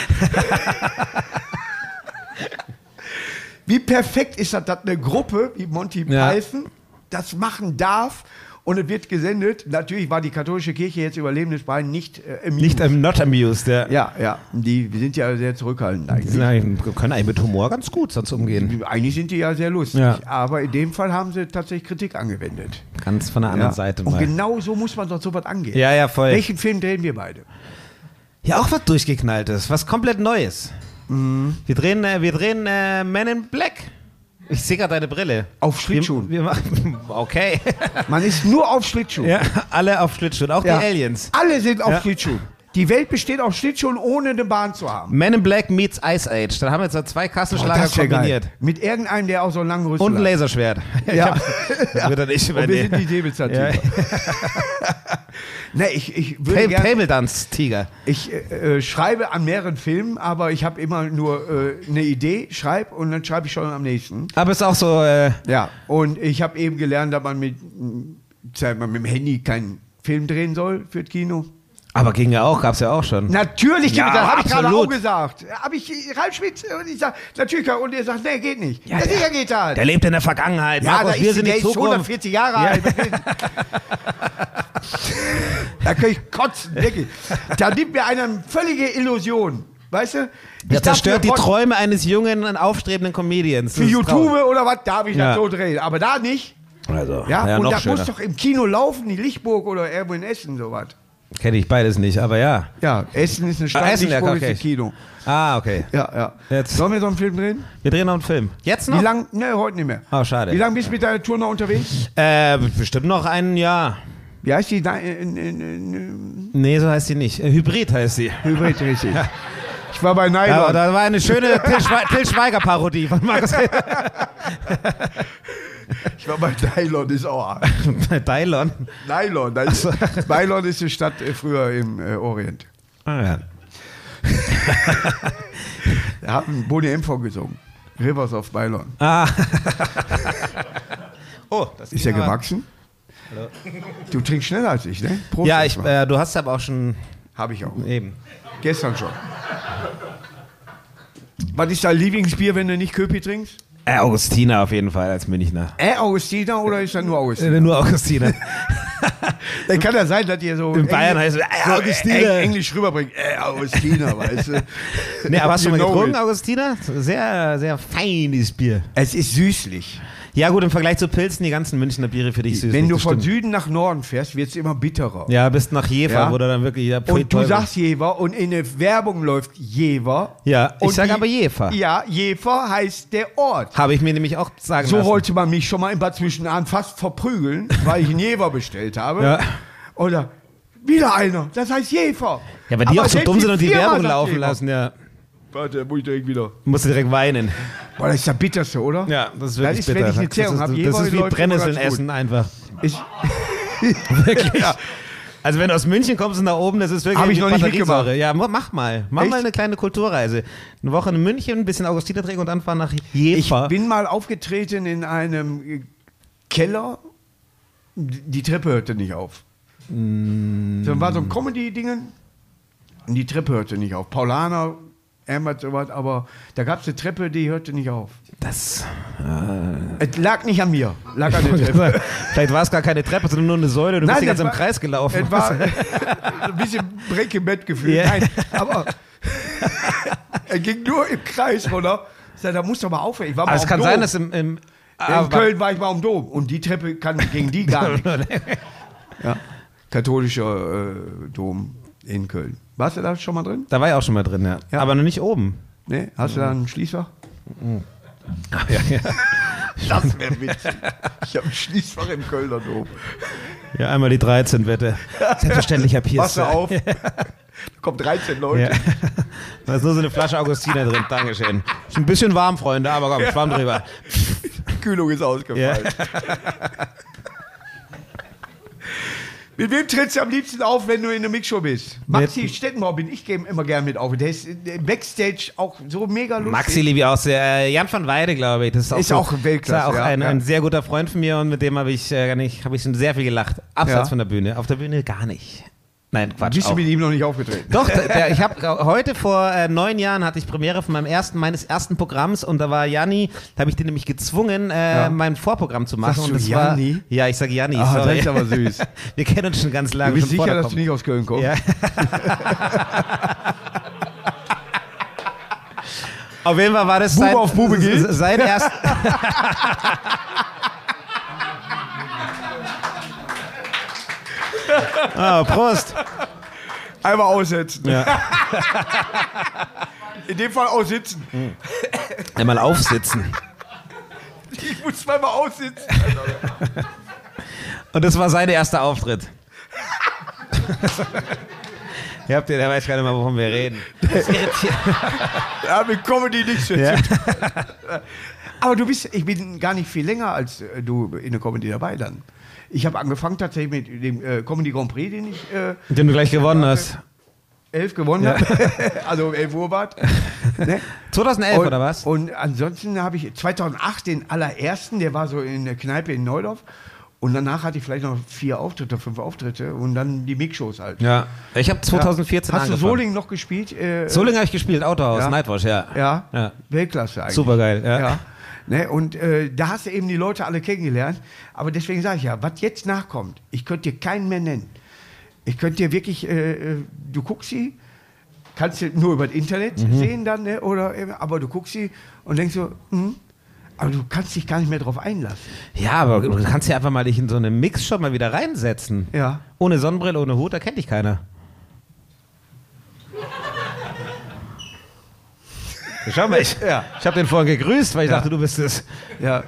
Wie perfekt ist das, dass eine Gruppe wie Monty Ja. Python das machen darf und es wird gesendet. Natürlich war die katholische Kirche jetzt überlebendes Bein nicht äh, amused. Nicht ähm, not amused, ja. ja, ja. Die sind ja sehr zurückhaltend eigentlich. Nein, wir können eigentlich mit Humor ganz gut sonst umgehen. Eigentlich sind die ja sehr lustig, Ja. aber in dem Fall haben sie tatsächlich Kritik angewendet. Ganz von der anderen ja. Seite Und mal. genau so muss man doch sowas angehen. Ja, ja, voll. Welchen Film drehen wir beide? Ja, auch was durchgeknalltes, was komplett Neues. Mhm. Wir drehen, äh, wir drehen äh, Man in Black. Ich sehe gerade deine Brille. Auf Wir, Schlittschuhen. wir machen, okay. Man ist nur auf Schlittschuh. Ja, alle auf Schlittschuhen, auch Ja. die Aliens. Alle sind auf Ja. Schlittschuhen. Die Welt besteht auf Schlittschuhen, ohne eine Bahn zu haben. Man in Black meets Ice Age. Da haben wir jetzt so zwei Oh, Kassenschlager wär kombiniert. Geil. Mit irgendeinem, der auch so einen langen Rüssel Und ein hat. Laserschwert. Ja. Das wird er nicht Und wir sind übernehmen. die Säbelzahntiger. Ja. Nee, ich, ich würde Pa gerne... Table Dance Tiger. Ich äh, äh, schreibe an mehreren Filmen, aber ich habe immer nur äh, eine Idee, schreib und dann schreibe ich schon am nächsten. Aber ist auch so, äh, Ja, und ich habe eben gelernt, dass man mit, mh, sag mal, mit dem Handy keinen Film drehen soll für das Kino. aber ging ja auch, gab's ja auch schon. Natürlich, Ja, ja, das habe ich gerade auch absolut. gesagt. Habe ich Ralf Schmitz und ich sage, natürlich, und er sagt, nee, geht nicht. Ja, ja. sicher geht das. Der lebt in der Vergangenheit. Markus, da wir ist, sind der die ist Zukunft. 140 Jahre Ja. alt. da kann ich kotzen, wirklich. Da nimmt mir einer eine völlige Illusion. Weißt du? Der Ich darf mir zerstört die von- Träume eines jungen und aufstrebenden Comedians. Für Das ist traurig. YouTube oder was darf ich Ja. das so drehen. Aber da nicht. Also, Ja, ja, und noch da schöner. muss doch im Kino laufen, die Lichtburg oder irgendwo in Essen, sowas. Kenne ich beides nicht, aber ja. Ja, Essen ist eine Stadt, Ah, Essen, ja, Duisburg ist okay. ein Kino. Ah, okay. Ja, ja. Jetzt. Sollen wir so einen Film drehen? Wir drehen noch einen Film. Jetzt Wie noch? lang? Ne, heute nicht mehr. Ah, schade. Wie lange bist du mit deiner Tour noch unterwegs? Äh, bestimmt noch ein Jahr. Wie heißt die? Da- äh, äh, äh, äh, Nee, so heißt sie nicht. Äh, Hybrid heißt sie. Hybrid, richtig. Ich war bei Ja, Nylon. da war eine schöne Till, Schwe Till Schweiger-Parodie von Markus ich war bei Nylon, ist auch arg. Dylon. Nylon, das ist, Nylon ist eine Stadt äh, früher im äh, Orient. Ah, ja. Da haben Boni M vorgesungen. Rivers of Nylon. Ah. oh, das Ist ja ging aber- gewachsen. Du trinkst schneller als ich, ne? Prost Ja, ich, erstmal. äh, du hast aber auch schon Hab ich auch. eben. Gestern schon. Was ist dein Lieblingsbier, wenn du nicht Köpi trinkst? Äh, Augustina auf jeden Fall als Münchner. Äh, Augustiner oder ist er nur Augustiner? Äh, nur Augustina. Dann kann ja sein, dass ihr so In Bayern heißt es so, äh, äh, Augustina. Eng- Englisch rüberbringt. Äh, Augustiner, weißt du? Nee, aber hast du You schon mal know getrunken, it. Augustina? Sehr, sehr feines Bier. Es ist süßlich. Ja, gut, im Vergleich zu Pilzen, die ganzen Münchner Biere für dich süß. wenn du das von stimmt. Süden nach Norden fährst, wird es immer bitterer. Ja, bist nach Jever, Ja. wo du dann wirklich. Ja, pfui, Und du Teufel. sagst Jever und in der Werbung läuft Jever. Ja, ich Und sag die- aber Jever. Ja, Jever heißt der Ort. Habe ich mir nämlich auch sagen So lassen. wollte man mich schon mal im Bad Zwischenahn fast verprügeln, weil ich einen Jever bestellt habe. Ja. Oder wieder einer, das heißt Jever. Ja, weil die auch so selbst dumm sind und die Firma Werbung sagt laufen Jever. lassen, ja. Warte, muss ich direkt wieder. Musst du direkt weinen. Boah, das ist ja bitterste, oder? Ja, das ist wirklich Das wirklich ist, wenn bitter. bitter. ich eine Zerrung das hab, ist, Jever das ist wie läuft immer Brennnesseln ganz gut. essen einfach. Ich, Wirklich. Also wenn du aus München kommst und nach oben, das ist wirklich Hab ich noch nicht Batteriesäure. mitgemacht. Ja, ma- mach mal. Mach Echt? mal eine kleine Kulturreise. Eine Woche in München, ein bisschen Augustinerträge und dann fahren nach ich Jever. bin mal aufgetreten in einem äh, Keller. D- Die Treppe hörte nicht auf. Mm. Dann war so ein Comedy-Dingen. Und die Treppe hörte nicht auf. Paulaner, Emmett, sowas, aber da gab es eine Treppe, die hörte nicht auf. Das. Es lag nicht an mir, lag an der Treppe. Vielleicht war es gar keine Treppe, sondern nur eine Säule. Du bist die das ganze im war- Kreis gelaufen. Es war ein bisschen Breck im Bett gefühlt. Ja. Nein, aber er ging nur im Kreis runter. Ich sag, da muss doch mal aufhören. Ich war mal Aber Ah, es am kann Dom. sein, dass im. im In aber- Köln war ich mal am Dom und die Treppe kann gegen die gar nicht. Ja. Katholischer äh, Dom in Köln. Warst du da schon mal drin? Da war ich auch schon mal drin, ja. Ja. Aber noch nicht oben. Nee? Hast du da einen Schließfach? Ja, ja. Das wäre witzig. Ich habe ein Schließfach im Kölner Dom. ja, einmal die 13, bitte. Selbstverständlich, Herr Pierce. Pass auf. Da kommen 13 Leute. Ja. Da ist nur so eine Flasche Augustiner drin. Dankeschön. Ist ein bisschen warm, Freunde, aber komm, schwamm drüber. Kühlung ist ausgefallen. Mit wem trittst du am liebsten auf, wenn du in der Mixshow bist? Maxi Stettenbauer bin ich gern- immer gern mit auf. Der ist äh, Backstage auch so mega lustig. Maxi liebe ich auch sehr. Äh, Jan van Weide, glaube ich. Das ist auch, Ist so, auch Weltklasse, Ist auch ja, ein, ja. ein sehr guter Freund von mir und mit dem habe ich, äh, gar nicht- habe ich schon sehr viel gelacht. Abseits Ja. von der Bühne. Auf der Bühne gar nicht. Nein, Quatsch. Bist du auch. mit ihm noch nicht aufgetreten? Doch, der, der, ich habe heute vor äh, neun Jahren hatte ich Premiere von meinem ersten, meines ersten Programms und da war Janni, da habe ich den nämlich gezwungen, äh, Ja. mein Vorprogramm zu machen. Sagst und du das War, Janni? ja, ich sage Janni, Ah, das sorry. ist aber süß. Wir kennen uns schon ganz lange. Du bist schon vor sicher, der dass du Kom- nicht aus Köln kommst? Ja. Auf jeden Fall war das Bube sein, auf Bube gilt. sein erst. Ah, Prost. Einmal aussetzen. Ja. In dem Fall aussitzen. Einmal aufsitzen. Ich muss zweimal aussitzen. Und das war sein erster Auftritt. Ihr habt ja, der weiß gar nicht mal, wovon wir reden. Das irritiert. Ja, mit Comedy nichts mehr Ja. zu tun. Aber du bist, ich bin gar nicht viel länger als äh, du in der Comedy dabei dann. Ich habe angefangen tatsächlich mit dem äh, Comedy Grand Prix, den ich äh, Den du gleich gewonnen hast. elf gewonnen habe. also um 11 Uhr war es. ne? 2011 und, oder was? Und ansonsten habe ich 2008 den allerersten, der war so in der Kneipe in Neudorf. Und danach hatte ich vielleicht noch vier Auftritte, fünf Auftritte und dann die Mixshows halt. Ja. Ich habe 2014 Hast du angefangen. Soling noch gespielt? Äh, Soling habe ich gespielt, Autohaus, Ja. Nightwatch, ja. Ja, Ja. Weltklasse eigentlich. Supergeil, ja. ja. Ne, und äh, da hast du eben die Leute alle kennengelernt. Aber deswegen sage ich ja, was jetzt nachkommt, ich könnte dir keinen mehr nennen. Ich könnte dir wirklich, äh, äh, du guckst sie, Mhm. kannst du nur über das Internet sehen dann, ne, oder, eben, aber du guckst sie und denkst so, hm, Aber du kannst dich gar nicht mehr drauf einlassen. Ja, aber du kannst ja einfach mal dich in so einen Mixshop mal wieder reinsetzen. Ja. Ohne Sonnenbrille, ohne Hut, da kennt dich keiner. Schau mal, ich, Ja. ich habe den vorhin gegrüßt, weil ich Ja. dachte, du bist es. Ja.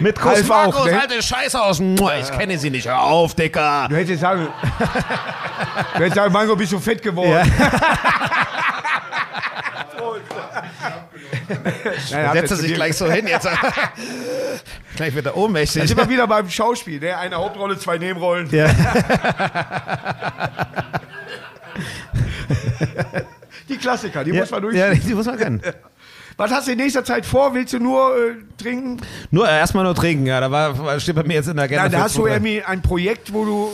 Mit ne? Kuss Kuss Markus, halt. alte Scheiße aus. Ich kenne sie nicht. Hör auf, Dicker. Du hättest sagen. du hättest sagen, Mango, bist du fett geworden. Ja. Nein, hat er zu dir so hin. Jetzt. gleich wird er Da ohnmächtig. sind wir wieder beim Schauspiel, ne? Eine Hauptrolle, zwei Nebenrollen. Ja. Die Klassiker, die muss man durch. ja, die muss man kennen. Was hast du in nächster Zeit vor? Willst du nur äh, trinken? Nur äh, erstmal nur trinken, ja. Da war, steht bei mir jetzt in der Agenda. Nein, da für hast du Zukunft. irgendwie ein Projekt, wo du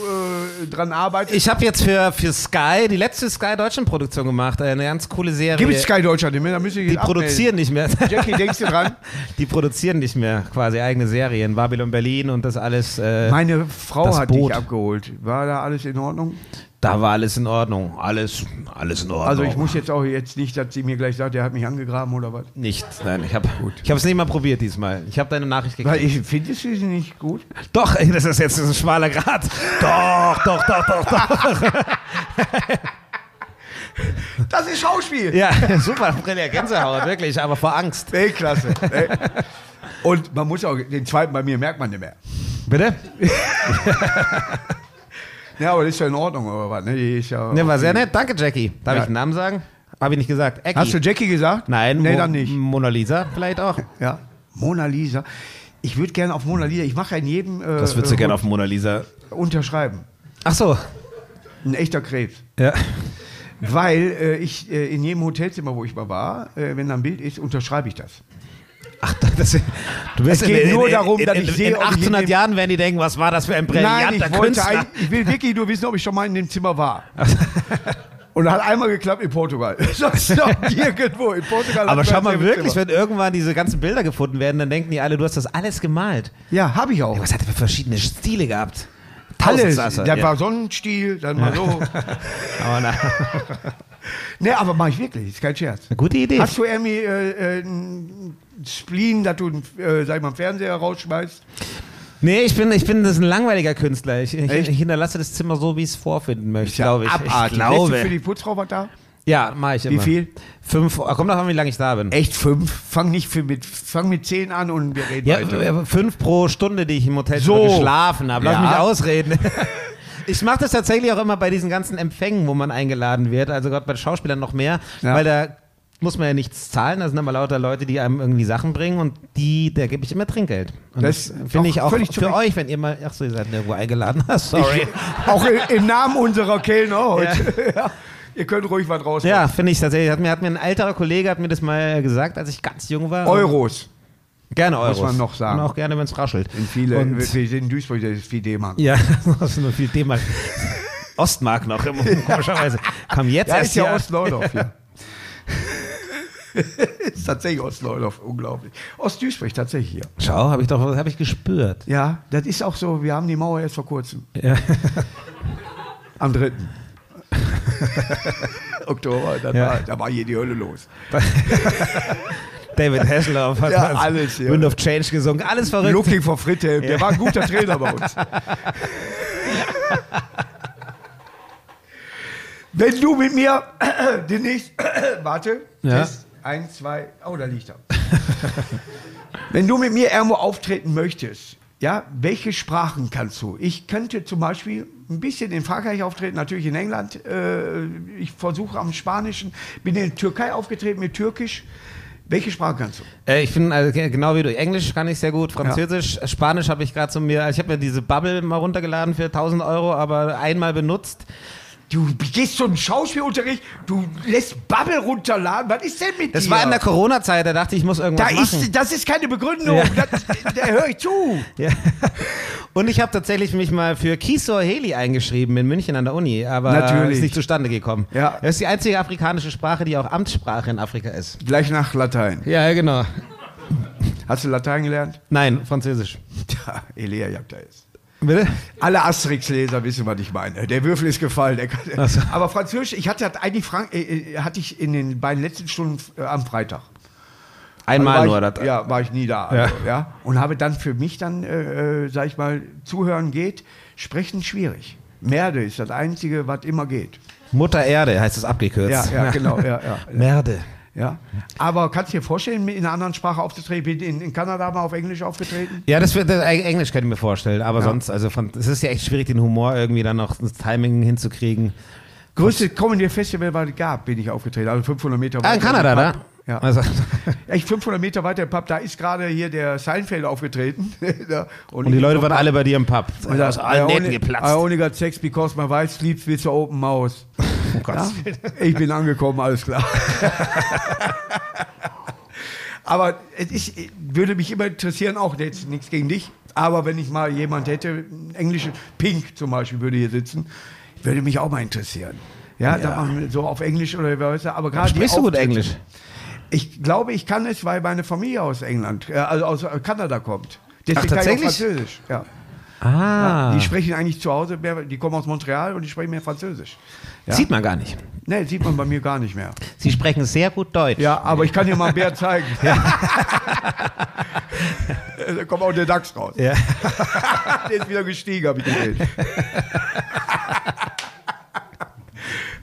äh, dran arbeitest. Ich habe jetzt für, für Sky die letzte Sky Deutschland Produktion gemacht, äh, eine ganz coole Serie. Gib ich Sky Deutschland nicht mehr, da müsste ich äh, die jetzt abmelden. produzieren nicht mehr. Jackie, denkst du dran? Die produzieren nicht mehr quasi eigene Serien. Babylon Berlin und das alles. Äh, Meine Frau Das hat Boot. dich abgeholt. War da alles in Ordnung? da war alles in Ordnung. Alles, alles in Ordnung. Also ich muss jetzt auch jetzt nicht, dass sie mir gleich sagt, der hat mich angegraben oder was. Nicht, nein, ich habe ich es nicht mal probiert diesmal. Ich habe deine Nachricht gekriegt. Weil ich findest du sie nicht gut? Doch, ey, das ist jetzt ein schmaler Grad. Doch, doch, doch, doch, doch. Das ist Schauspiel. Ja, super, Brille, Gänsehaut, wirklich, aber vor Angst. Weltklasse. ne? Und man muss auch, den zweiten bei mir merkt man nicht mehr. Bitte? Ja, aber das ist ja in Ordnung oder was? Ne? Die ist ja Ne, war sehr nett. Danke, Jackie. Darf Ja. ich den Namen sagen? Habe ich nicht gesagt. Ecki. Hast du Jackie gesagt? Nein, Nee, Mo- dann nicht. Mona Lisa vielleicht auch. Ja. Mona Lisa. Ich würde gerne auf Mona Lisa, ich mache ja in jedem äh, Das würdest du äh, gerne auf Mona Lisa. unterschreiben. Ach so. Ein echter Krebs. Ja. Weil äh, ich äh, in jedem Hotelzimmer, wo ich mal war, äh, wenn da ein Bild ist, unterschreibe ich das. Ach, das, du bist Es geht nur darum, dass ich sehe, In ob ich in 800 dem- Jahren werden die denken, was war das für ein brillanter Nein, ich wollte Künstler. eigentlich- ich will wirklich nur wissen, ob ich schon mal in dem Zimmer war. Und hat einmal geklappt in Portugal. Sonst noch nirgendwo in Portugal. aber hat schau man mal ein wirklich, Zimmer. wenn irgendwann diese ganzen Bilder gefunden werden, dann denken die alle, du hast das alles gemalt. Ja, habe ich auch. Was hat er für verschiedene Stile gehabt? Alles. Tausendsasser, Da ja. war Sonnenstil, dann mal so. Aber na, ne, aber mache ich wirklich, ist kein Scherz. eine gute Idee. Hast du irgendwie äh, äh, einen Spleen, dass du, äh, sag ich mal, einen Fernseher rausschmeißt? Nee, ich bin, ich bin das ist ein langweiliger Künstler. Ich, ich, Echt? ich hinterlasse das Zimmer so, wie ich es vorfinden möchte, glaube ich. Abartig. Ich Lässt du für glaube. die Putzfrau was da? Ja, mache ich immer. Wie viel? Fünf. oh, Kommt doch an, wie lange ich da bin. Echt fünf? Fang nicht für mit, fang mit zehn an und wir reden Ja, weiter. äh, fünf pro Stunde, die ich im Hotel So. geschlafen habe. Lass Ja. mich ausreden. Ich mache das tatsächlich auch immer bei diesen ganzen Empfängen, wo man eingeladen wird. Also Gott, bei den Schauspielern noch mehr, Ja. weil da muss man ja nichts zahlen. Da sind immer lauter Leute, die einem irgendwie Sachen bringen und die, da gebe ich immer Trinkgeld. Und Das das ist finde ich doch auch völlig zu für Recht. euch, wenn ihr mal, ach so, ihr seid irgendwo eingeladen. Sorry. Auch i- im Namen unserer Kellner heute. Ja. Ihr könnt ruhig was raus. Ja, finde ich tatsächlich. Hat mir, hat mir ein älterer Kollege hat mir das mal gesagt, als ich ganz jung war. Euros. Gerne Euros. man noch sagen. Und auch gerne, wenn es raschelt. In viele, Und- wir sind in Duisburg, das ist viel D-Mark. Ja, das ist nur viel Thema. Ostmark noch, komischerweise. Kam jetzt Ja, erst ist ja hier- Ostleudorf, ja. ist tatsächlich Ostleudorf, unglaublich. Ostduisburg, tatsächlich hier. Schau, habe ich doch, habe ich gespürt. Ja, das ist auch so, wir haben die Mauer erst vor kurzem. Ja. Am 3. Oktober, dann Ja. war, da war hier die Hölle los. David Hasselhoff hat Ja, als alles, ja. Wind of Change gesungen, alles verrückt. Looking for Fritte, der war ein guter Trainer bei uns. Wenn du mit mir demnächst, warte, Ja. Test, eins, zwei, oh, da liegt er. Wenn du mit mir irgendwo auftreten möchtest, ja, welche Sprachen kannst du? Ich könnte zum Beispiel ein bisschen in Frankreich auftreten, natürlich in England. Äh, ich versuche am Spanischen, bin in der Türkei aufgetreten mit Türkisch. Welche Sprache kannst du? Äh, ich finde, also, ge- genau wie du, Englisch kann ich sehr gut, Französisch, Spanisch habe ich gerade zu mir, ich habe mir diese Bubble mal runtergeladen für 1000 Euro, aber einmal benutzt. Du gehst zum Schauspielunterricht, du lässt Bubble runterladen. Was ist denn mit Das dir? war in der Corona-Zeit, da dachte ich, ich muss da irgendwas machen. ist, das ist keine Begründung. Ja. Das, da höre ich zu. Ja. Und ich habe tatsächlich mich mal für Kisor Heli eingeschrieben in München an der Uni, aber Natürlich. ist nicht zustande gekommen. Ja. Das ist die einzige afrikanische Sprache, die auch Amtssprache in Afrika ist. Gleich nach Latein. Ja, genau. Hast du Latein gelernt? Nein, Französisch. Tja, Elea jagt da jetzt. Bitte? Alle Asterix-Leser wissen, was ich meine. Der Würfel ist gefallen. Der kann, Ach so. Aber Französisch, ich hatte das eigentlich Frank, äh, äh, hatte ich in den beiden letzten Stunden äh, am Freitag. Einmal war nur. ich, das- Ja, war ich nie da. Also, ja. Und habe dann für mich dann, äh, äh, sag ich mal, zuhören geht, sprechen schwierig. Merde ist das Einzige, was immer geht. Mutter Erde heißt es Ja, abgekürzt. ja, genau. Ja, ja, Merde. ja. Aber kannst du dir vorstellen, in einer anderen Sprache aufzutreten? Ich bin in, in Kanada mal auf Englisch aufgetreten. Ja, das wird das, Englisch kann ich mir vorstellen, aber sonst, also von, es ist ja echt schwierig, den Humor irgendwie dann noch das Timing hinzukriegen. Größte Comedy Festival, was es gab, bin ich aufgetreten. Also 500 Meter Ah, in weiter Kanada, im da? Pub. Ja. Also, Echt 500 Meter weiter im Pub, da ist gerade hier der Seinfeld aufgetreten. Da- und die Leute waren alle bei dir im Pub. Und da- Aus allen I Nähten only- geplatzt. I only got sex because my wife sleeps with the open mouth. Oh Gott. Ja? Ich bin angekommen, alles klar. aber es ist, würde mich immer interessieren, auch jetzt nichts gegen dich, aber wenn ich mal jemand hätte, einen englischen Pink zum Beispiel würde hier sitzen, würde mich auch mal interessieren. Ja, Da machen wir so auf Englisch oder was, aber gerade die Sprichst du gut Auftritte- Englisch? ich glaube, ich kann es, weil meine Familie aus England, äh, also aus Kanada kommt. Deswegen tatsächlich? kann ich auch Französisch. Ja. Ah. Die sprechen eigentlich zu Hause, mehr, die kommen aus Montreal und die sprechen mehr Französisch. Ja. Sieht man gar nicht. Nee, sieht man bei mir gar nicht mehr. Sie sprechen sehr gut Deutsch. Ja, aber ich kann dir mal einen Bär zeigen. da kommt auch der Dachs raus. Ja. der ist wieder gestiegen, habe ich gesehen.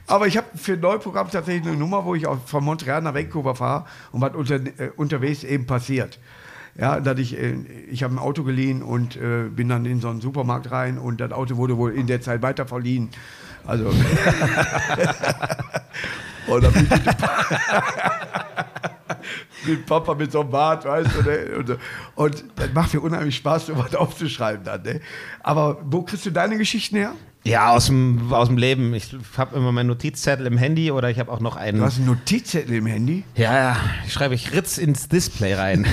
aber ich habe für ein Neuprogramm tatsächlich eine Nummer, wo ich auch von Montreal nach Vancouver fahre und was unter, äh, unterwegs eben passiert. Ja, dass ich, äh, ich habe ein Auto geliehen und äh, bin dann in so einen Supermarkt rein und das Auto wurde wohl in der Zeit weiter verliehen. Also. und dann bin ich mit Papa mit so einem Bart, weißt du, ne? und, so. und das macht mir unheimlich Spaß, sowas aufzuschreiben dann, ne? Aber wo kriegst du deine Geschichten her? Ja, aus dem, aus dem Leben. Ich habe immer meinen Notizzettel im Handy oder ich habe auch noch einen. Du hast einen Notizzettel im Handy. Ja, ja, ich schreibe ich Ritz ins Display rein.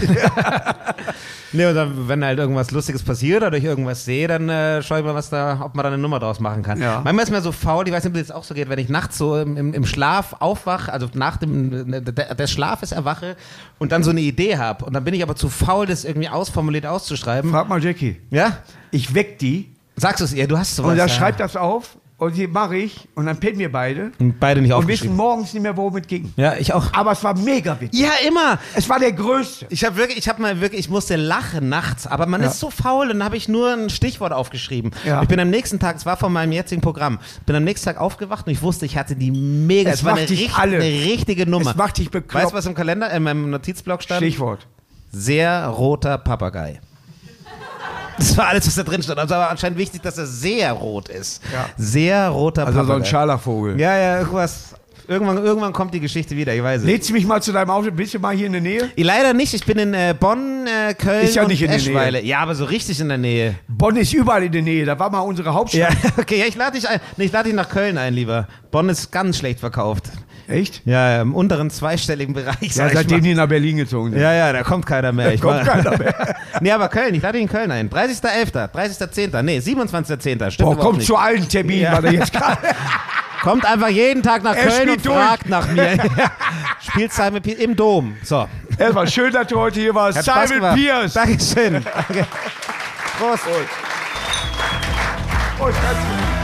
nee, und dann, wenn halt irgendwas Lustiges passiert oder ich irgendwas sehe, dann äh, schaue ich mal, was da, ob man da eine Nummer draus machen kann. Ja. Manchmal ist man so faul, ich weiß nicht, ob das auch so geht, wenn ich nachts so im, im, im Schlaf aufwache, also nach dem äh, der- des Schlafes erwache und dann so eine Idee habe. Und dann bin ich aber zu faul, das irgendwie ausformuliert auszuschreiben. Frag mal Jackie. Ja? Ich weck die Sagst du es ihr, du hast sowas. und ja. dann schreibt das auf und die mache ich und dann pennen wir beide Und beide nicht und wissen aufgeschrieben. morgens nicht mehr, worum es ging. Ja, ich auch. Aber es war mega witzig. Ja, immer. Es war der größte. Ich habe wirklich, ich habe mal wirklich, ich musste lachen nachts, aber man Ja. ist so faul, dann habe ich nur ein Stichwort aufgeschrieben. Ja. Ich bin am nächsten Tag, es war von meinem jetzigen Programm, bin am nächsten Tag aufgewacht und ich wusste, ich hatte die mega, es, Es war macht eine, dich richt- alle. eine richtige Nummer. Es macht dich bekloppt. weißt du, was im Kalender, in meinem Notizblock stand? Stichwort. Sehr roter Papagei. Das war alles, was da drin stand. Also war anscheinend wichtig, dass er sehr rot ist. Ja. Sehr roter Also so Papagei. ein Scharlachvogel. Ja, ja, irgendwas. Irgendwann, irgendwann kommt die Geschichte wieder, ich weiß es. Lädst du mich mal zu deinem Auto? Bist du mal hier in der Nähe? Leider nicht. Ich bin in äh, Bonn, äh, Köln Ist ja und nicht in der Eschweiler. Ja, aber so richtig in der Nähe. Bonn ist überall in der Nähe. Da war mal unsere Hauptstadt. okay, ja, ich lade dich ein. Nee, ich lade dich nach Köln ein, lieber. Bonn ist ganz schlecht verkauft. Echt? Ja, im unteren zweistelligen Bereich. Ja, sag ich seitdem mal. die nach Berlin gezogen sind. ja, ja, da kommt keiner mehr. Ich Kommt war- keiner mehr. nee, aber Köln, ich lade dich in Köln ein. 30.11., 30.10., nee, 27.10., stimmt Boah, überhaupt kommt nicht. zu allen Terminen, Ja. weil er jetzt gerade Kommt einfach jeden Tag nach Er Köln spielt und durch. fragt nach mir. Ja. Spielzeit mit Pi- im Dom. So, Erstmal schön, dass du heute hier warst. hat Spaß Simon gemacht. Pierce. Dankeschön. Danke. Prost. Oh, ganz gut.